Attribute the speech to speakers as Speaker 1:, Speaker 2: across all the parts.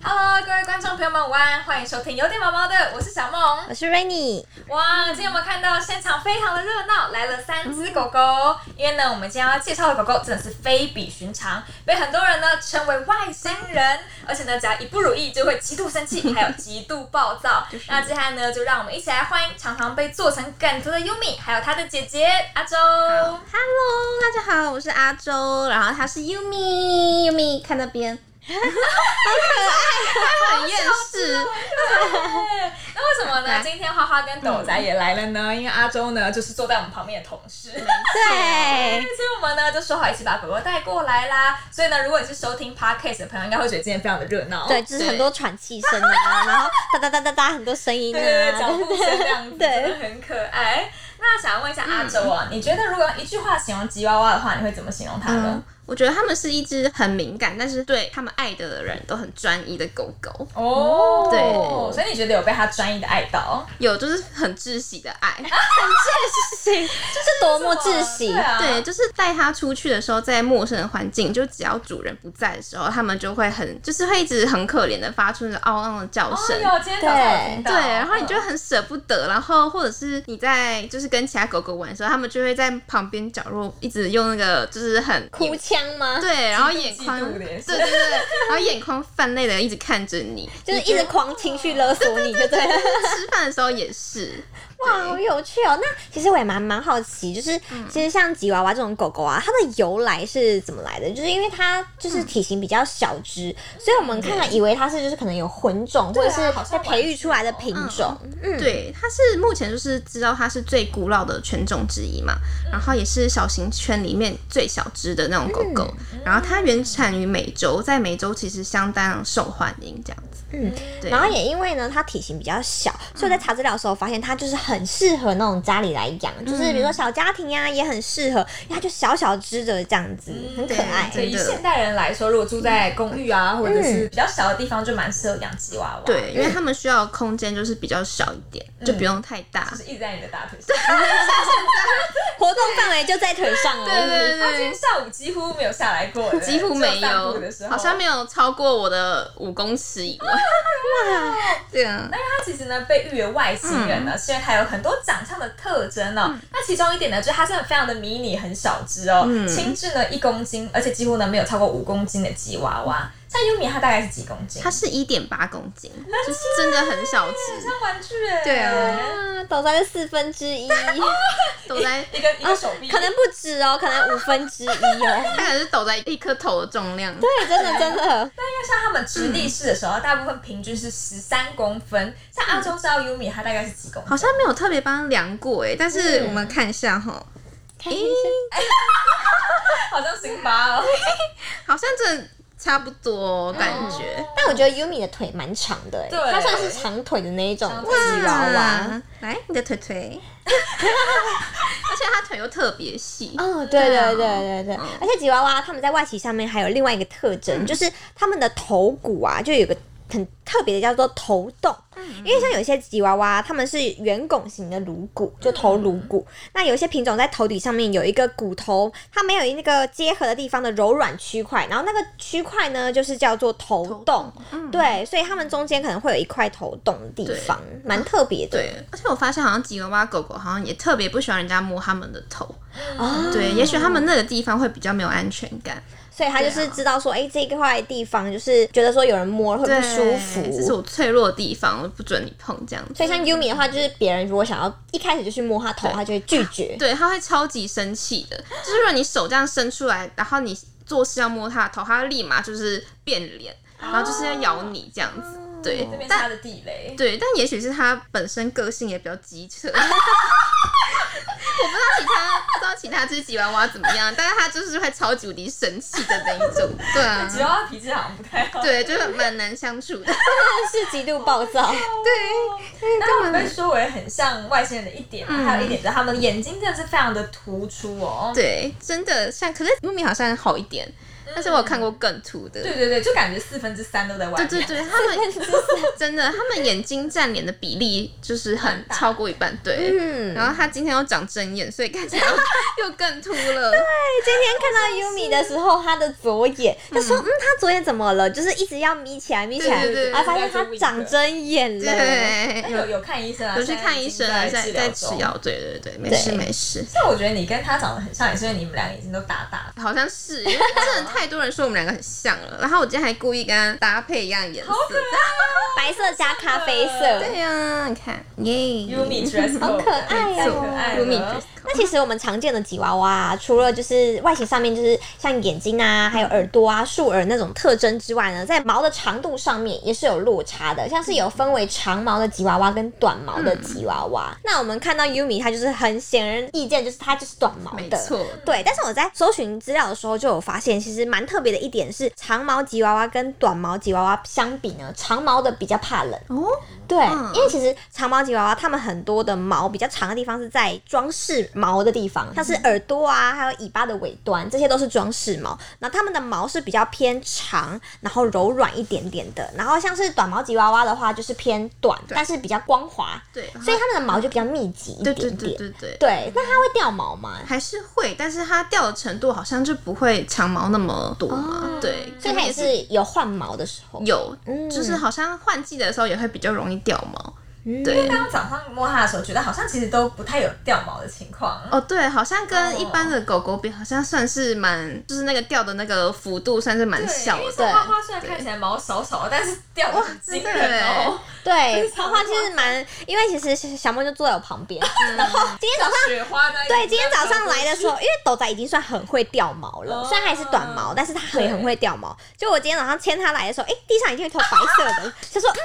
Speaker 1: Hello，各位观众朋友们，午安，欢迎收听有点毛毛的，我是小梦。
Speaker 2: 我是 Rainy，
Speaker 1: 哇，今天我们看到现场非常的热闹，来了三只狗狗。因为呢，我们今天要介绍的狗狗真的是非比寻常，被很多人呢称为外星人，而且呢，只要一不如意就会极度生气，还有极度暴躁。那接下来呢，就让我们一起来欢迎常常被做成梗图的优米，还有她的姐姐阿周。
Speaker 2: ，Hello，大家好，我是阿周，然后他是 Yumi，Yumi 看那边，很可爱，他很厌世，
Speaker 1: 对，那为什么呢？
Speaker 2: 来
Speaker 1: 今天花花跟斗仔也来了呢？因为阿周呢，就是坐在我们旁边的同事。
Speaker 2: 对，
Speaker 1: 所以我们呢就说好一起把狗狗带过来啦。所以呢，如果你是收听 podcast 的朋友，应该会觉得今天非常的热闹。
Speaker 2: 对，就是很多喘气声啊，然后哒哒哒哒哒很多声音
Speaker 1: 对对对，脚
Speaker 2: 啊，
Speaker 1: 步声这样子，
Speaker 2: 对嗯
Speaker 1: 真的很可爱。那想要问一下阿周啊，你觉得如果用一句话形容吉娃娃的话，你会怎么形容它呢
Speaker 3: 嗯？，我觉得他们是一只很敏感，但是对他们爱的人都很专一的狗狗，
Speaker 2: 嗯
Speaker 1: 哦，
Speaker 3: 对
Speaker 1: 所以你觉得有被它专一的爱到？
Speaker 3: 有就是很窒息的 爱。
Speaker 2: 啊这 是多么窒息
Speaker 1: 对，啊
Speaker 3: 对，就是带它出去的时候，在陌生的环境，就只要主人不在的时候，他们就会很，就是会一直很可怜的发出那种嗷嗷的叫
Speaker 1: 哦，
Speaker 3: 声。
Speaker 1: 有，今天早上有听到。
Speaker 3: 对，然后你就
Speaker 1: 嗯
Speaker 3: 会很舍不得，然后或者是你在就是跟其他狗狗玩的时候，他们就会在旁边角落一直用那个就是很
Speaker 2: 哭腔吗？，
Speaker 3: 对，然后
Speaker 1: 嫉妒
Speaker 3: 眼
Speaker 1: 嫉
Speaker 3: 眶
Speaker 1: 妒的
Speaker 3: 对
Speaker 1: 也
Speaker 3: 对
Speaker 1: 是
Speaker 3: 对，然后眼眶泛泪的一直看着你，
Speaker 1: 啊
Speaker 2: 就是一直狂情绪勒索你，就对了。
Speaker 3: 吃饭的时候也是，
Speaker 2: 哇，好有趣哦！那其实我也蛮蛮好奇，就是、
Speaker 1: 嗯
Speaker 2: 其实像吉娃娃这种狗狗啊，它的由来是怎么来的？就是因为它就是体型比较小只，所以我们看了以为它是就是可能有混种，或
Speaker 1: 嗯对啊
Speaker 2: 者是
Speaker 1: 好像
Speaker 2: 被培育出来的品种。嗯，
Speaker 3: 对，它是目前就是知道它是最古老的犬种之一嘛，
Speaker 2: 嗯
Speaker 3: 然后也是小型圈里面最小只的那种狗狗，
Speaker 2: 嗯
Speaker 3: 然后它原产于美洲，在美洲其实相当受欢迎这样子，
Speaker 2: 嗯，
Speaker 3: 对，
Speaker 2: 然后也因为呢，它体型比较小，所以我在查资料的时候发现它就是很适合那种家里来养，就是比如说小家庭呀、也很适合，因为它就小小只的这样子，
Speaker 1: 嗯
Speaker 2: 很可爱。
Speaker 1: 所以以
Speaker 3: 真的
Speaker 1: 现代人来说，如果住在公寓啊，或者是比较小的地方，就蛮适合养吉娃娃。
Speaker 3: 对，因为它们需要空间就是比较小一点，就不用太大
Speaker 1: 就，是一直在你的大腿上。
Speaker 2: 活动范围就在腿上哦了。
Speaker 3: 对对
Speaker 1: 他今天下午几乎没有下来过，对不对
Speaker 3: 几乎没
Speaker 1: 只散步的时
Speaker 3: 有，
Speaker 1: 候
Speaker 3: 好像没有超过我的五公尺以外。 对啊，
Speaker 1: 他其实呢被誉为外星人呢，是因为他有很多长相的特征哦。那其中一点呢，就是他真的非常的迷你，很小只哦，轻至呢一公斤，而且几乎呢没有超过五公斤的吉娃娃。像优米，它大概是几公斤？
Speaker 3: 它是一点八公斤，就是真的很小只，
Speaker 1: 像玩具哎，
Speaker 3: 对啊
Speaker 2: 啊，抖在四分之一。
Speaker 3: 抖在
Speaker 1: 一个一个手臂，
Speaker 2: 可能不止哦，可能五分之一 哦。
Speaker 3: 它可能是抖在一颗头的重量。
Speaker 2: 对，真的真的，
Speaker 1: 像他们直立式的时
Speaker 3: 嗯
Speaker 1: 候，大部分平均是十三公分。像阿周知道优米，它大概是几公
Speaker 3: 好
Speaker 1: 分？
Speaker 3: 像没有特别帮它量过哎，但是我们看一下哈，
Speaker 2: 看一下
Speaker 1: 好像辛巴哦，
Speaker 3: 好像这差不多感觉。
Speaker 2: 但我觉得 Yumi 的腿蛮长的欸，
Speaker 1: 对
Speaker 2: 她算是长腿的那一种
Speaker 1: 长腿
Speaker 2: 吉娃娃
Speaker 3: 啊。，来你的腿腿， 而且它腿又特别细，
Speaker 2: 哦，嗯对对对
Speaker 3: 啊
Speaker 2: 对对，而且吉娃娃它们在外形上面还有另外一个特征，就是它们的头骨啊，就有个很特别的叫做头洞。因为像有一些吉娃娃，它们是圆拱形的颅骨，就头颅骨。那有一些品种在头顶上面有一个骨头，它没有那个结合的地方的柔软区块，然后那个区块呢，就是叫做头洞。嗯对，所以它们中间可能会有一块头洞的地方，蛮特别的。
Speaker 3: 对，而且我发现好像吉娃娃狗狗好像也特别不喜欢人家摸它们的头，
Speaker 2: 啊，
Speaker 3: 对，也许它们那个地方会比较没有安全感，
Speaker 2: 所以它
Speaker 3: 啊
Speaker 2: 就是知道说，哎、这一块地方就是觉得说有人摸了会
Speaker 3: 对
Speaker 2: 不舒服。
Speaker 3: 这是我脆弱的地方，我不准你碰这样子。
Speaker 2: 所以像 Yumi 的话，就是别人如果想要一开始就去摸她头，她就会拒绝。
Speaker 3: 对，它会超级生气的，就是如果你手这样伸出来，然后你做事要摸它的头，它会立马就是变脸，然后就是要咬你这样子。对
Speaker 2: 哦
Speaker 1: 这，边是
Speaker 3: 但
Speaker 1: 它的地雷。
Speaker 3: 对，但也许是它本身个性也比较机车。我 不知道其他不知道其他只吉娃娃怎么样，但是它就是会超级无敌生气的那一种。对啊，
Speaker 1: 吉娃娃脾气好像不太好。
Speaker 3: 对，就是蛮难相处的。
Speaker 2: 真的是极度暴躁。
Speaker 1: 对，那他们被说为很像外星人的一点，啊
Speaker 3: 嗯
Speaker 1: 还有一点就是他们的眼睛真的是非常的突出哦。
Speaker 3: 对，真的像，可是木米好像好一点，但是我有看过更粗的。
Speaker 1: 对对对，就感觉四分之三都在外
Speaker 3: 对
Speaker 1: 面。
Speaker 3: 对对，他们 真的，他们眼睛占脸的比例就是很
Speaker 1: 大
Speaker 3: 超过一半，对。
Speaker 2: 嗯，
Speaker 3: 然后他今天又长针眼，所以看起来又 又更秃了。
Speaker 2: 今天看到 Yumi 的时候，她的左眼，他说：“嗯，她左眼怎么了？就是一直要眯起来，眯起来，
Speaker 3: 对对对
Speaker 2: 然后发现她长针眼了。
Speaker 1: 那
Speaker 3: 对，
Speaker 1: 有有看医生啊，
Speaker 3: 有去
Speaker 1: 现在
Speaker 3: 看
Speaker 1: 已
Speaker 3: 医
Speaker 1: 经
Speaker 3: 生了，在在
Speaker 1: 在
Speaker 3: 吃
Speaker 1: 中。
Speaker 3: 药。对对对，没
Speaker 2: 对
Speaker 3: 事没事。
Speaker 1: 但我觉得你跟他长得很像，也是因为你们俩眼睛都大大的。
Speaker 3: 好像是，因为真的太多人说我们两个很像了。然后我今天还故意跟他搭配一样颜色。
Speaker 2: 白色加咖啡色。
Speaker 3: 对呀、
Speaker 2: 啊
Speaker 3: 你看，耶
Speaker 1: Yumi dress
Speaker 2: 好
Speaker 1: code，
Speaker 2: 可爱哦
Speaker 1: 太可爱
Speaker 3: Yumi
Speaker 1: 了
Speaker 3: dress。
Speaker 2: 那其实我们常见的吉娃娃、啊，除了就是外形上面就是像眼睛啊，还有耳朵啊、竖耳那种特征之外呢，在毛的长度上面也是有落差的，像是有分为长毛的吉娃娃跟短毛
Speaker 3: 嗯
Speaker 2: 的吉娃娃。那我们看到 Yumi，它就是很显而易见，就是它就是短毛
Speaker 3: 没
Speaker 2: 的。
Speaker 3: 错，
Speaker 2: 对，但是我在搜寻资料的时候就有发现，其实蛮特别的一点是，长毛吉娃娃跟短毛吉娃娃相比呢，长毛的比较怕冷。
Speaker 3: 哦，
Speaker 2: 对，
Speaker 3: 嗯
Speaker 2: 因为其实长毛吉娃娃它们很多的毛比较长的地方是在装饰毛的地
Speaker 3: 嗯
Speaker 2: 方，像是耳朵啊，还有尾巴的尾端，这些都是装饰毛。然后它们的毛是比较偏长，然后柔软一点点的。然后像是短毛吉娃娃的话，就是偏短，但是比较光滑，
Speaker 3: 对，
Speaker 2: 所以它们的毛就比较密集一
Speaker 3: 对
Speaker 2: 点
Speaker 3: 对
Speaker 2: 点。
Speaker 3: 对对对，
Speaker 2: 对那它会掉毛吗？
Speaker 3: 还是会，但是它掉的程度好像就不会长毛那么多嘛。
Speaker 2: 哦
Speaker 3: 对，
Speaker 2: 所以它也是有换毛的时候。
Speaker 3: 有，
Speaker 2: 嗯
Speaker 3: 就是好像换季的时候也会比较容易掉毛。
Speaker 2: 嗯
Speaker 3: 对，
Speaker 1: 刚刚早上摸它的时候，觉得好像其实都不太有掉毛的情况。
Speaker 3: 哦，对，好像跟一般的狗狗比，好像算是蛮，就是那个掉的那个幅度算是蛮小
Speaker 1: 对，因为
Speaker 3: 的。
Speaker 1: 像花花虽然看起来毛少少的，但是掉的很惊人哦
Speaker 3: 哇，
Speaker 2: 对
Speaker 1: 非，常
Speaker 2: 花花就是蛮，因为其实小梦就坐在我旁边，
Speaker 3: 嗯
Speaker 2: 然后今天早上。
Speaker 1: 雪花呢？
Speaker 2: 对，今天早上来的时候，因为斗仔已经算很会掉毛了，
Speaker 1: 哦
Speaker 2: 虽然还是短毛，但是他很很会掉毛。就我今天早上牵它来的时候，哎、地上已经有一坨白色的，他说，嗯，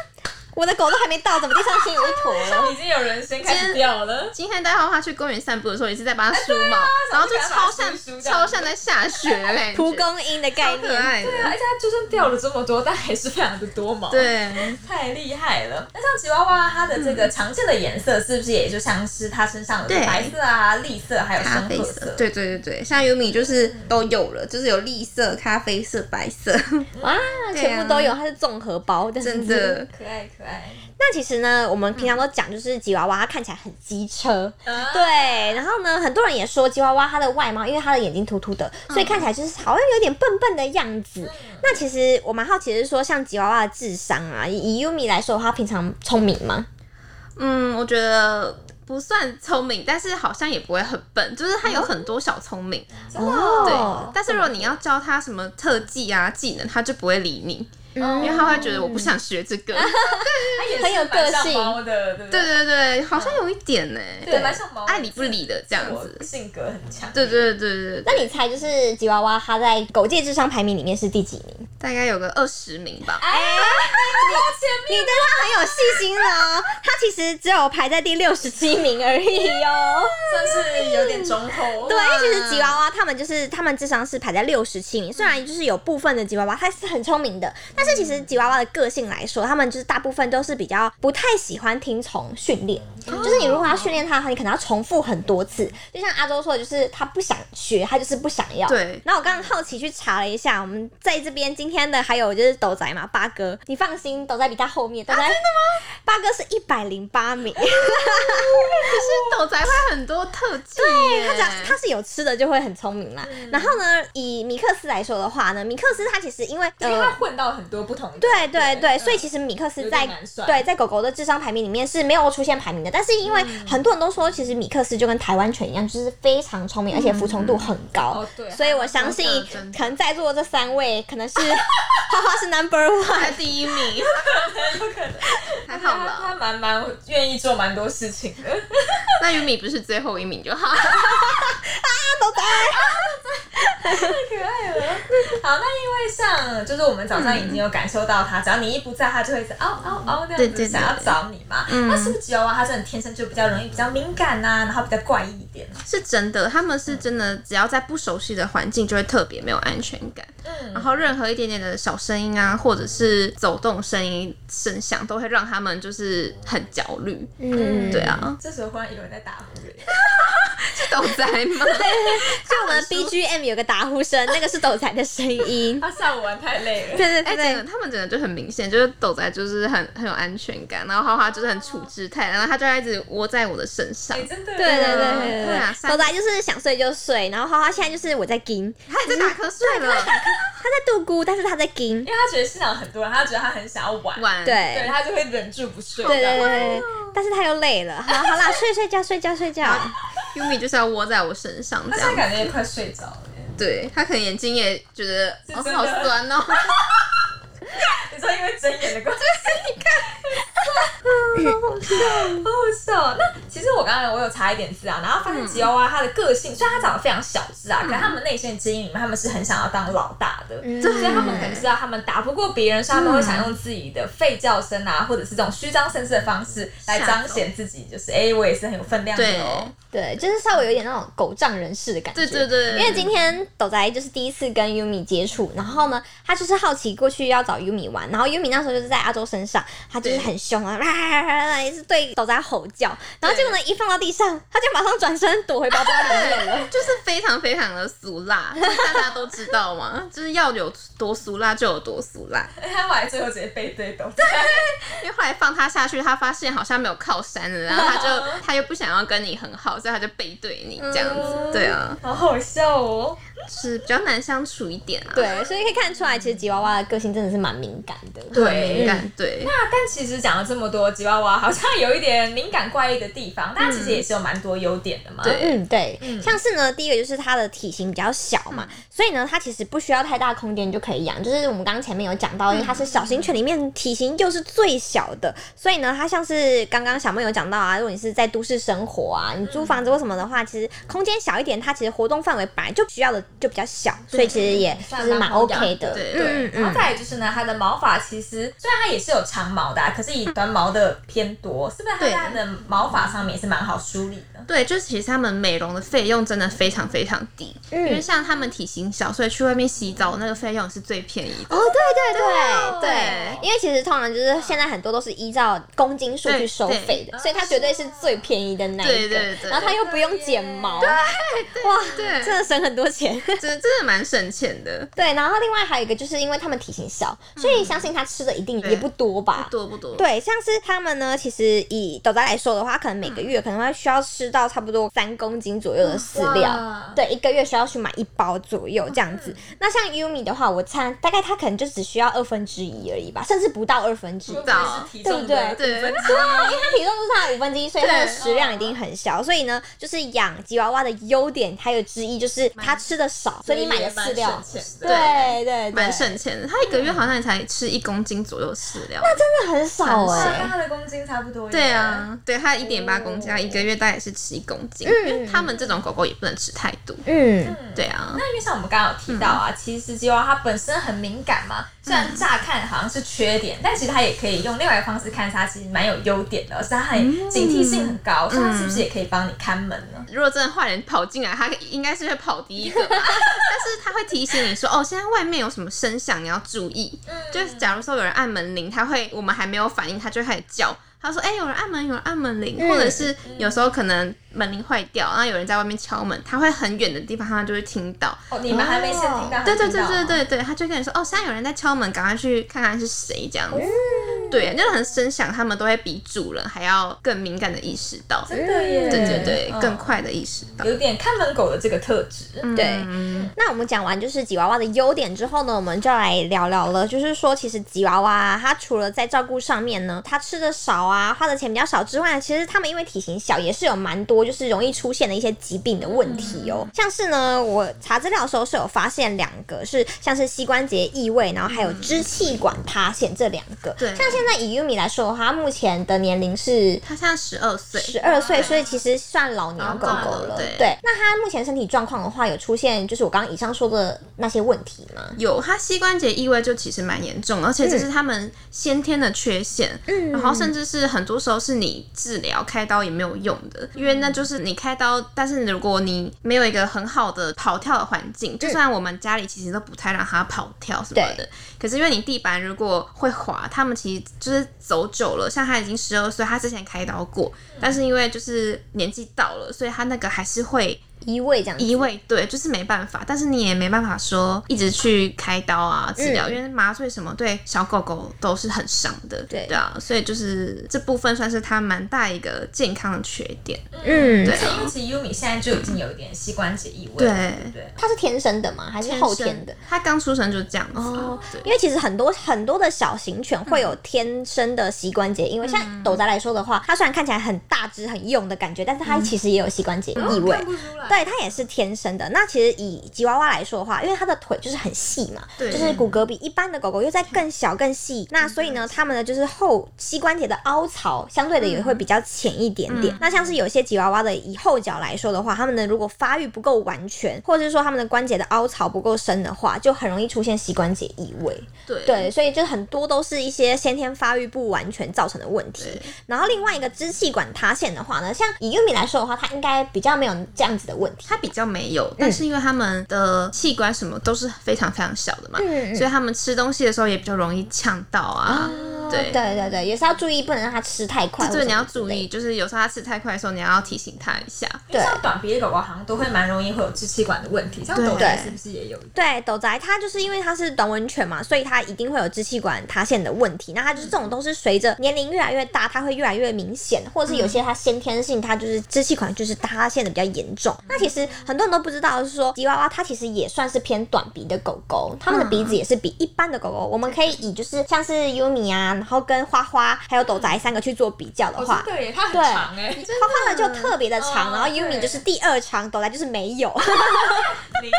Speaker 2: 我的狗都还没到，怎么地上先有一坨了？
Speaker 1: 已经有人先开始掉了。
Speaker 3: 今天带花花去公园散步的时候，也是在帮它梳
Speaker 1: 哎啊
Speaker 3: 毛，然后就超像
Speaker 1: 想去给它梳梳这样
Speaker 3: 超像在下雪嘞，
Speaker 2: 蒲公英的概
Speaker 3: 超可
Speaker 2: 念，
Speaker 3: 爱的，
Speaker 1: 啊而且它就算掉了这么多，但还是非常的多毛，，
Speaker 3: 对，啊
Speaker 1: 太厉害了。那像吉娃娃，它的这个常见的颜色是不是也就像是它身上的
Speaker 3: 对
Speaker 1: 白色啊、栗色，还有
Speaker 3: 咖
Speaker 1: 深
Speaker 3: 啡
Speaker 1: 褐
Speaker 3: 色，？对对对对，像尤米就是都有了，就是有栗色、咖啡色、白色，
Speaker 1: 嗯
Speaker 2: 哇，
Speaker 3: 对啊
Speaker 2: 全部都有，它是综合包的，
Speaker 3: 真。的。嗯
Speaker 1: 可爱可爱。
Speaker 2: 那其实呢，我们平常都讲，就是吉娃娃它看起来很机车，
Speaker 1: 嗯，
Speaker 2: 对，然后呢，很多人也说吉娃娃它的外貌，因为它的眼睛凸凸的，所以看起来就是好像有点笨笨的样子。那其实我蛮好奇的是说，像吉娃娃的智商啊，以以 Yumi 来说，它平常聪明吗？
Speaker 3: 嗯，我觉得不算聪明，但是好像也不会很笨，就是它有
Speaker 1: 哦
Speaker 3: 很多小聪明。
Speaker 1: 真的
Speaker 2: 哦
Speaker 3: 对，啊但是如果你要教它什么特技啊、技能，它就不会理你，因为它会觉得我不想学这个。
Speaker 1: 它也是
Speaker 2: 很有个性
Speaker 1: 蛮像猫的，对不
Speaker 3: 对对对，好像有一点呢、
Speaker 1: 对，蛮像猫的，
Speaker 3: 爱理不理的这样子。
Speaker 1: 我性格很强。
Speaker 3: 对对对对对，
Speaker 2: 那你猜，就是吉娃娃它在狗界智商排名里面是第几名？
Speaker 3: 大概有个二十名吧。
Speaker 1: 哎，你
Speaker 2: 你对它很有细心了哦，它其实只有排在第六十七名而已哦。
Speaker 1: 真是有点忠厚。
Speaker 2: 对，因为其实吉娃娃他们就是他们智商是排在六十七名，虽然就是有部分的吉娃娃它是很聪明的，但是其实吉娃娃的个性来说，他们就是大部分都是比较不太喜欢听从训练，就是你如果要训练它的话，你可能要重复很多次。就像阿周说的，就是他不想学，他就是不想要。。
Speaker 3: 对，
Speaker 2: 然后我刚刚好奇去查了一下，我们在这边今天的还有就是斗仔嘛，八哥，你放心，斗仔比他后面，啊斗仔、真的吗？八哥是一百零八名，
Speaker 3: 可是斗宅会很多特技耶，
Speaker 2: 他只要他是有吃的就会很聪明啦。然后呢，以米克斯来说的话呢，米克斯他其实因为
Speaker 1: 因为它
Speaker 2: 呃。
Speaker 1: 混到很多不同的。
Speaker 2: 对对对，
Speaker 1: 嗯
Speaker 2: 所以其实米克斯
Speaker 1: 有
Speaker 2: 在
Speaker 1: 点难算
Speaker 2: 对在狗狗的智商排名里面是没有出现排名的，但是因为很多人都说，其实米克斯就跟台湾犬一样，就是非常聪明，而且服从度很高。
Speaker 1: 哦对
Speaker 2: 所以我相信
Speaker 3: 真的真的
Speaker 2: 可能在座这三位可能是花花是 number one，
Speaker 3: 排第一 名，还
Speaker 1: 它
Speaker 3: 好
Speaker 1: 它
Speaker 3: 啦。
Speaker 1: 蛮蛮愿意做蛮多事情的，
Speaker 3: 那于米不是最后一名就好。
Speaker 1: 太可爱了。好，那因为像就是我们早上已经有感受到它，只要你一不在，它就会一直嗷嗷嗷这样
Speaker 3: 对对对
Speaker 1: 子想要找你嘛。
Speaker 2: 嗯
Speaker 1: 那是不是吉娃娃它真的天生就比较容易比较敏感呐、然后比较怪异一点？啊
Speaker 3: 是真的，他们是真的，只要在不熟悉的环境就会特别没有安全感，
Speaker 1: 嗯
Speaker 3: 然后任何一点点的小声音啊，或者是走动声音、声响，都会让他们就是很焦虑。
Speaker 2: 嗯，
Speaker 3: 对， 啊，
Speaker 1: 这时欸候忽然有人在打呼了，
Speaker 3: 是斗宅吗？
Speaker 2: 就我们的 BGM 有个打呼声，那个是斗仔的声 音。
Speaker 1: 他下午玩太累了。
Speaker 2: 对对
Speaker 3: 哎，
Speaker 2: 对
Speaker 3: 整
Speaker 2: 对
Speaker 3: 个他们整个就很明显，就是斗仔就是很很有安全感，然后花花就是很处之泰，然后他就一直窝在我的身上
Speaker 1: 哎、，真的，
Speaker 2: 对对对
Speaker 3: 嗯
Speaker 2: 对
Speaker 3: 对啊
Speaker 2: 对，斗仔就是想睡就睡，然后花花现在就是我在盯，
Speaker 3: 他也在打瞌睡了，
Speaker 2: 他在度孤，但是他在盯
Speaker 1: 因。
Speaker 3: 嗯
Speaker 1: 为他觉得现场很多人，他觉得他很想要玩，
Speaker 3: 晚
Speaker 1: 对
Speaker 2: 对
Speaker 1: 他就会忍住不睡。
Speaker 2: 对对对对，
Speaker 3: 哦
Speaker 2: 但是他又累了，好啦好啦，睡睡觉睡觉睡觉。
Speaker 3: Yumi 就是要窝在我身上
Speaker 1: 他
Speaker 3: 这
Speaker 1: 现在
Speaker 3: 样，
Speaker 1: 感觉也快睡着了耶。
Speaker 3: 对他可能眼睛也觉得
Speaker 1: 是
Speaker 3: 哦
Speaker 1: 真的
Speaker 3: 好酸哦，
Speaker 1: 你说因为睁眼的关系， 你看，好好笑。那其实我刚刚我有查一点资料，然后发现吉娃娃它的个性，虽然它长得非常小只啊，可他们内心的基因里面，他们是很想要当老大的。
Speaker 2: 嗯
Speaker 1: 所以他们可能知道他们打不过别人，所以他们会想用自己的吠叫声啊，或者是这种虚张声势的方式来彰显自己，就是哎、我也是很有分量的
Speaker 3: 对
Speaker 1: 哦。
Speaker 2: 对，就是稍微有点那种狗仗人势的感觉。
Speaker 3: 对对对，
Speaker 2: 因为今天斗仔就是第一次跟 Yumi 接触，然后呢，他就是好奇过去要找 Yumi 玩，然后 Yumi 那时候就是在阿周身上，他就是
Speaker 3: 对
Speaker 2: 很凶啊，啦也是对斗仔吼叫，然后结果呢，一放到地上，他就马上转身躲回包包里面了。
Speaker 3: 就是非常非常的俗 辣，大家都知道嘛，就是要有多俗辣就有多俗辣。
Speaker 1: 哎、 他后来最后直接背对斗，
Speaker 3: 因为后来放他下去，他发现好像没有靠山了，然后他就
Speaker 2: 嗯
Speaker 3: 他又不想要跟你很好，所以他就背对你这样子。
Speaker 2: 嗯
Speaker 3: 对啊，
Speaker 1: 好好笑哦。
Speaker 3: 就是比较难相处一点啊。
Speaker 2: 对，所以可以看出来，其实吉娃娃的个性真的是蛮敏感的。
Speaker 1: 对
Speaker 3: 很敏感，对，
Speaker 1: 那但其实讲了这么多，吉娃娃好像有一点敏感怪异的地方，但它其实也是有蛮多优点的嘛。
Speaker 3: 对
Speaker 2: 嗯，对，像是呢，第一个就是它的体型比较小嘛，所以呢，它其实不需要太大空间就可以养。就是我们刚刚前面有讲到，因为它是小型犬里面体型又是最小的，所以呢，它像是刚刚小妹有讲到啊，如果你是在都市生活啊，你租房子或什么的话，其实空间小一点，它其实活动范围本来就需要的就比较小，所以其实也就
Speaker 1: 算
Speaker 2: 是蛮
Speaker 1: 蛮好养
Speaker 2: OK 的。
Speaker 3: 对
Speaker 2: 嗯嗯
Speaker 1: 然后
Speaker 2: 嗯。
Speaker 1: 再来就是呢，它的毛发其实虽然它也是有长毛的、啊，可是以短毛的偏多，是不是？它
Speaker 3: 对
Speaker 1: 在它的毛发上面也是蛮好梳理的。
Speaker 3: 对，就是其实他们美容的费用真的非常非常低，因
Speaker 2: 嗯
Speaker 3: 为像他们体型小，所以去外面洗澡那个费用是最便宜的。
Speaker 2: 哦，对对
Speaker 3: 对
Speaker 2: 对对，因为其实通常就是现在很多都是依照公斤数去收费的，
Speaker 1: 对
Speaker 2: 所以它绝对是最便宜的那一个。
Speaker 3: 对对对
Speaker 2: 然后它又不用剪毛，哇，
Speaker 3: 对
Speaker 2: 真的省很多钱。
Speaker 3: 真真的蛮省钱的，
Speaker 2: 对，然后另外还有一个就是因为它们体型小，所以相信它吃的一定
Speaker 3: 对
Speaker 2: 也不多吧。
Speaker 3: 多嗯不多？
Speaker 2: 对，像是它们呢，其实以斗仔来说的话，可能每个月可能会需要吃到差不多三公斤左右的饲料。
Speaker 1: 哇，
Speaker 2: 对，一个月需要去买一包左右这样子。
Speaker 3: 嗯
Speaker 2: 那像 Yumi 的话，我猜大概他可能就只需要二分之一而已吧，甚至不到二分之一。
Speaker 1: 说
Speaker 2: 因
Speaker 1: 不定是体重的
Speaker 3: 对不对
Speaker 1: 五分之一
Speaker 2: 为他体重就是他的五分之一，所以他的食量一定很小。所以呢，就是养吉娃娃的优点还有之一就是它吃的少，所以你买的饲料，
Speaker 1: 所以也蛮省钱的
Speaker 2: 对对对，
Speaker 3: 蛮省钱的，他一个月好像也才吃一公斤左右饲料。
Speaker 2: 真的很少
Speaker 3: 很
Speaker 2: 哎、
Speaker 3: 少
Speaker 1: 跟它的公斤差不多。
Speaker 3: 对，啊，对，它一点八公斤，它一个月大概是吃一公斤，因为他们这种狗狗也不能吃太多。
Speaker 2: 嗯，
Speaker 3: 对啊，
Speaker 1: 那因为像我们刚刚有提到
Speaker 3: 嗯
Speaker 1: 啊，其实吉娃娃它本身很敏感嘛，虽然乍看好像是缺点，但其实它也可以用另外一个方式看它，其实蛮有优点的，而且它还警惕性很
Speaker 3: 嗯
Speaker 1: 高，所以它是不是也可以帮你看门呢？
Speaker 3: 如果真的坏人跑进来，它应该是会跑第一个 吧，但是它会提醒你说，哦，现在外面有什么声响，你要注意。
Speaker 2: 嗯
Speaker 3: 就是假如说有人按门铃，它会我们还没有反应，它就会开始叫。它说：“哎、有人按门，有人按门铃，
Speaker 2: 嗯
Speaker 3: 或者是有时候可能门铃坏掉，然后有人在外面敲门，它会很远的地方，它就会听到。
Speaker 1: 哦，你们还没先听到，
Speaker 3: 哦
Speaker 1: 啊
Speaker 3: 对对
Speaker 1: 还没
Speaker 3: 对
Speaker 1: 听到
Speaker 3: 对对对，他就跟你说哦，现在有人在敲门，赶快去看看是谁这样子。
Speaker 1: 嗯
Speaker 3: 对，就是很声响，他们都会比主人还要更敏感的意识到，对
Speaker 1: 真的耶，
Speaker 3: 对对，
Speaker 1: 嗯
Speaker 3: 更嗯快的意识到。
Speaker 1: 有点看门狗的这个特质。
Speaker 2: 对。那我们讲完就是吉娃娃的优点之后呢，我们就来聊聊了，就是说其实吉娃娃啊它除了在照顾上面呢，它吃的少啊，花的钱比较少之外，其实它们因为体型小，也是有蛮多就是容易出现的一些疾病的问题哦。像是呢，我查资料的时候是有发现两个是像是膝关节异位，然后还有支气管塌陷这两个。
Speaker 3: 对
Speaker 2: 像现在以 Yumi 来说的话，它目前的年龄是
Speaker 3: 他现在十二岁，
Speaker 2: 十二岁，所以其实算老年狗狗了。
Speaker 3: 老年了对
Speaker 2: 那它目前身体状况的话，有出现就是我刚刚以上说的那些问题吗？
Speaker 3: 有，它膝关节异位就其实蛮严重，而且这是他们先天的缺陷，嗯，然后甚至是很多时候是你治疗开刀也没有用的，因为那就是你开刀，但是如果你没有一个很好的跑跳的环境，就算我们家里其实都不太让它跑跳什么的，可是因为你地板如果会滑，他们其实就是走久了，像他已经十二岁，他之前开刀过，但是因为就是年纪到了，所以他那个还是会。
Speaker 2: 移位这样子。
Speaker 3: 移位对，就是没办法，但是你也没办法说一直去开刀啊治疗，
Speaker 2: 嗯
Speaker 3: 因为麻醉什么对小狗狗都是很伤的，
Speaker 2: 对
Speaker 3: 对啊，所以就是这部分算是它蛮大一个健康的缺点，
Speaker 2: 嗯
Speaker 1: 而且因为其实 Yumi 现在就已经有一点膝关节异位了，
Speaker 3: 啊对
Speaker 1: 对不对？
Speaker 2: 它是天生的吗？还是后天的？，
Speaker 3: 它刚出生就这样子，啊
Speaker 2: 哦
Speaker 3: 对
Speaker 2: 因为其实很多很多的小型犬会有天生的膝关节，因为像斗仔来说的话，它虽然看起来很大只很用的感觉，但是它其实也有膝关节异位。
Speaker 1: 看不出来，
Speaker 2: 对，它也是天生的。那其实以吉娃娃来说的话，因为它的腿就是很细嘛，
Speaker 3: 对
Speaker 2: 就是骨骼比一般的狗狗又再更小更细，那所以呢，它们的就是后膝关节的凹槽相对的也会比较浅一点点。那像是有些吉娃娃的以后脚来说的话，它们的如果发育不够完全，或者是说它们的关节的凹槽不够深的话，就很容易出现膝关节移位。
Speaker 3: 对
Speaker 2: 对，所以就很多都是一些先天发育不完全造成的问题
Speaker 3: 对。
Speaker 2: 然后另外一个支气管塌陷的话呢，像以玉米来说的话，它应该比较没有这样子的问题。
Speaker 3: 它比较没有，
Speaker 2: 嗯
Speaker 3: 但是因为它们的器官什么都是非常非常小的嘛，
Speaker 2: 嗯
Speaker 3: 所以它们吃东西的时候也比较容易呛到啊，对。
Speaker 2: 哦对对对，也是要注意，不能让它吃太快。
Speaker 3: 这个你要注意，。就是有时候它吃太快的时候，你要提醒它一下。
Speaker 1: 因为像短鼻的狗狗好像都会蛮容易会有支气管的问题，像
Speaker 3: 对
Speaker 1: 狗仔是不是也有？
Speaker 2: 对，斗宅它就是因为它是短吻犬嘛，所以它一定会有支气管塌陷的问题。那它就是这种都是随着年龄越来越大，它会越来越明显，或者是有些它先天性它就是支气管就是塌陷的比较严重。那其实很多人都不知道，是说吉娃娃它其实也算是偏短鼻的狗狗，它们的鼻子也是比一般的狗狗，我们可以以就是像是优米啊，然后跟花花还有斗宅三个去做比较的
Speaker 1: 哦，
Speaker 2: 话，
Speaker 1: 真的耶，它很
Speaker 2: 对
Speaker 1: 长哎，真
Speaker 2: 花花的就特别的长，
Speaker 1: 哦
Speaker 3: 嗯
Speaker 2: 然后优米就是第二长，斗来就是没 有，
Speaker 1: 灵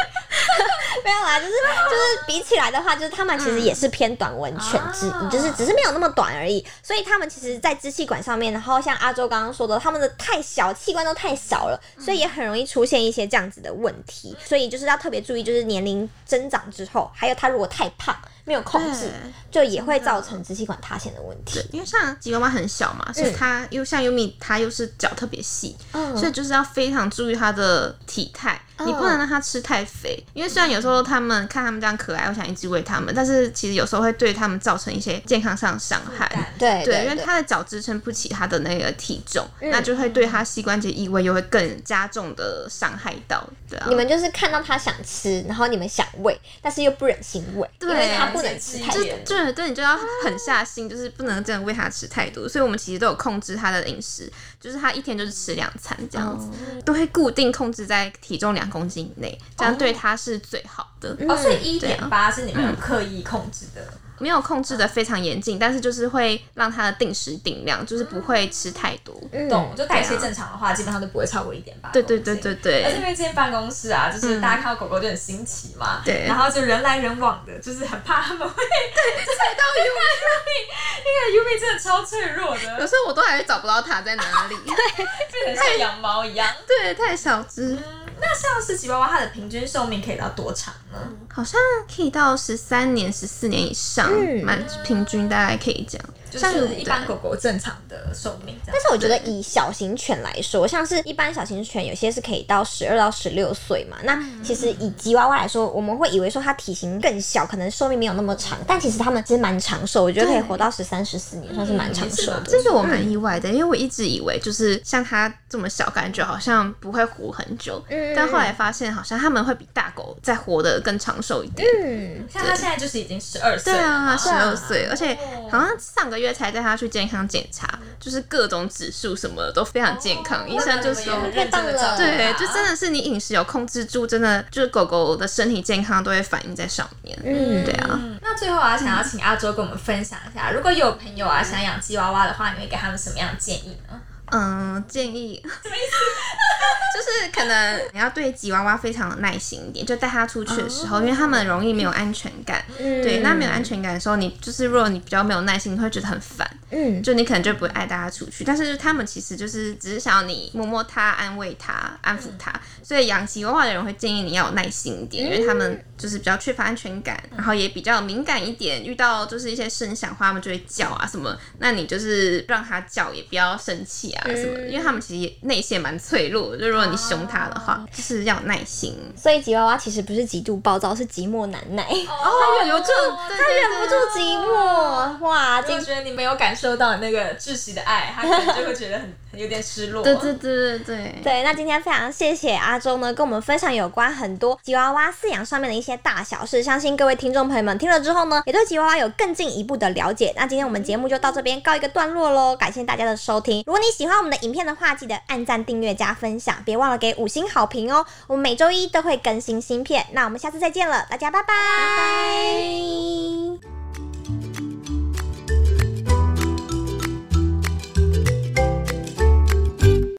Speaker 2: 没有啦，就是就是比起来的话，就是他们其实也是偏短吻犬之
Speaker 1: 啊
Speaker 2: 一，就是只是没有那么短而已。所以他们其实，在支气管上面，然后像阿周刚刚说的，他们的太小，器官都太小了，
Speaker 3: 嗯
Speaker 2: 所以也很容易出现一些这样子的问题。所以就是要特别注意，就是年龄增长之后，还有他如果太胖没有控制，就也会造成支气管塌陷的问题。
Speaker 3: 因为像吉娃娃很小嘛，所以它又像优米，它又是脚特别细，
Speaker 2: 嗯
Speaker 3: 所以就是要非常注意它的体态，
Speaker 2: 嗯
Speaker 3: 你不能让它吃太肥。因为虽然有时候它们看它们这样可爱，我想一直喂它们，但是其实有时候会对它们造成一些健康上的伤害。
Speaker 2: 对嗯
Speaker 3: 对，因为它的脚支撑不起它的那个体重，那就会对它膝关节异位又会更加重的伤害到。对啊，
Speaker 2: 你们就是看到它想吃，然后你们想喂，但是又不忍心喂，因
Speaker 3: 对
Speaker 2: 为它不能吃太
Speaker 1: 就
Speaker 2: 多
Speaker 1: 是。
Speaker 3: 对对，你就要狠下心，就是不能真的喂它吃太多，所以我们其实都有控制它的饮食，就是它一天就是吃两餐这样子，
Speaker 1: 哦
Speaker 3: 都会固定控制在体重两公斤以内，这样对它是最好的。
Speaker 1: 哦，所以一
Speaker 3: 对
Speaker 1: 点
Speaker 3: 啊
Speaker 1: 八是你们有刻意控制的，
Speaker 3: 没有控制的非常严禁，但是就是会让它的定时定量，就是不会吃太多。
Speaker 2: 嗯
Speaker 1: 懂？就代谢正常的话，基本上都不会超过一点八。
Speaker 3: 啊对对对对
Speaker 1: 而且
Speaker 3: 对嗯
Speaker 1: 因为这间办公室啊，就是大家看到狗狗就很新奇嘛，
Speaker 3: 对
Speaker 1: 然后就人来人往的，就是很怕他们 会踩到 Yumi，那个 Yumi 真的超脆弱
Speaker 3: 有
Speaker 1: 的，
Speaker 3: 时候我都还找不到它在哪 里。
Speaker 1: 就很像羊毛一样。
Speaker 3: 对，太小只，
Speaker 1: 那像是吉娃娃，它的平均寿命可以到多长呢？
Speaker 3: 好像可以到十三年、十四年以上，
Speaker 1: 嗯
Speaker 3: 蛮、平均，大概可以这样。
Speaker 1: 就是一般狗
Speaker 3: 对
Speaker 1: 狗正常的寿命这样。
Speaker 2: 但是我觉得以小型犬来说，像是一般小型犬，有些是可以到十二到十六岁嘛。那其实以吉娃娃来说，我们会以为说它体型更小，可能寿命没有那么长，但其实它们其实蛮长寿，我觉得可以活到十三、十四年，算是蛮长
Speaker 1: 嗯
Speaker 2: 寿
Speaker 1: 也是蛮
Speaker 2: 的。
Speaker 3: 这个我蛮意外的，因为我一直以为就是像它这么小，感觉好像不会活很久，
Speaker 2: 嗯
Speaker 3: 但后来发现好像它们会比大狗再活得更长寿一点。
Speaker 2: 嗯，
Speaker 1: 像它现在就是已经十二岁
Speaker 3: 对
Speaker 1: 了
Speaker 3: 啊，
Speaker 1: 嘛，
Speaker 3: 十二岁，而且
Speaker 2: 哦
Speaker 3: 好像上个月才带它去健康检查，就是各种指数什么的都非
Speaker 1: 哦
Speaker 3: 常健
Speaker 2: 哦
Speaker 3: 康，医生就说。
Speaker 1: 很
Speaker 2: 太
Speaker 1: 认
Speaker 2: 棒
Speaker 1: 真
Speaker 2: 了
Speaker 1: 的照顾
Speaker 3: 对，
Speaker 1: 它
Speaker 3: 就
Speaker 2: 啊
Speaker 3: 真的是你饮食有控制住，真的就是狗狗的身体健康都会反映在上面。
Speaker 2: 嗯
Speaker 3: 对啊，
Speaker 1: 嗯那最后啊，想要请阿周跟我们分享一下，如果有朋友啊想养吉娃娃的话，你会给他们什么样的建议呢？
Speaker 3: 嗯，建议 就是可能你要对吉娃娃非常有耐心一点，就带它出去的时候，因为它们容易没有安全感。对，那没有安全感的时候，你就是如果你比较没有耐心，你会觉得很烦，
Speaker 2: 嗯，
Speaker 3: 就你可能就不会爱带它出去。但是它们其实就是只是想要你摸摸它、安慰它、安抚
Speaker 1: 嗯
Speaker 3: 它。所以养吉娃娃的人会建议你要有耐心一点，因为他们就是比较缺乏安全感，然后也比较敏感一点，遇到就是一些声响的话，他们就会叫啊什么。那你就是让它叫，也不要生气啊
Speaker 1: 嗯
Speaker 3: 什么的，因为它们其实也内线蛮脆弱的，就如果你凶它的
Speaker 1: 哦
Speaker 3: 话，就是要有耐心。
Speaker 2: 所以吉娃娃其实不是极度暴躁，是寂寞难耐，
Speaker 1: 哦，
Speaker 2: 忍
Speaker 3: 它忍不住，对对对
Speaker 2: 不住寂寞。 哇，
Speaker 1: 如果
Speaker 2: 今
Speaker 1: 觉得你没有感受到你那个窒息的爱，他可能就会觉得很 很有点失落。
Speaker 3: 哦对对对对对对。
Speaker 2: 对，那今天非常谢谢阿周呢，跟我们分享有关很多吉娃娃饲养上面的一些大小事。相信各位听众朋友们听了之后呢，也对吉娃娃有更进一步的了解。那今天我们节目就到这边告一个段落喽，感谢大家的收听。如果你喜欢我们的影片的话，记得按赞、订阅、加分享，别忘了给五星好评哦。我们每周一都会更新新片，那我们下次再见了，大家拜拜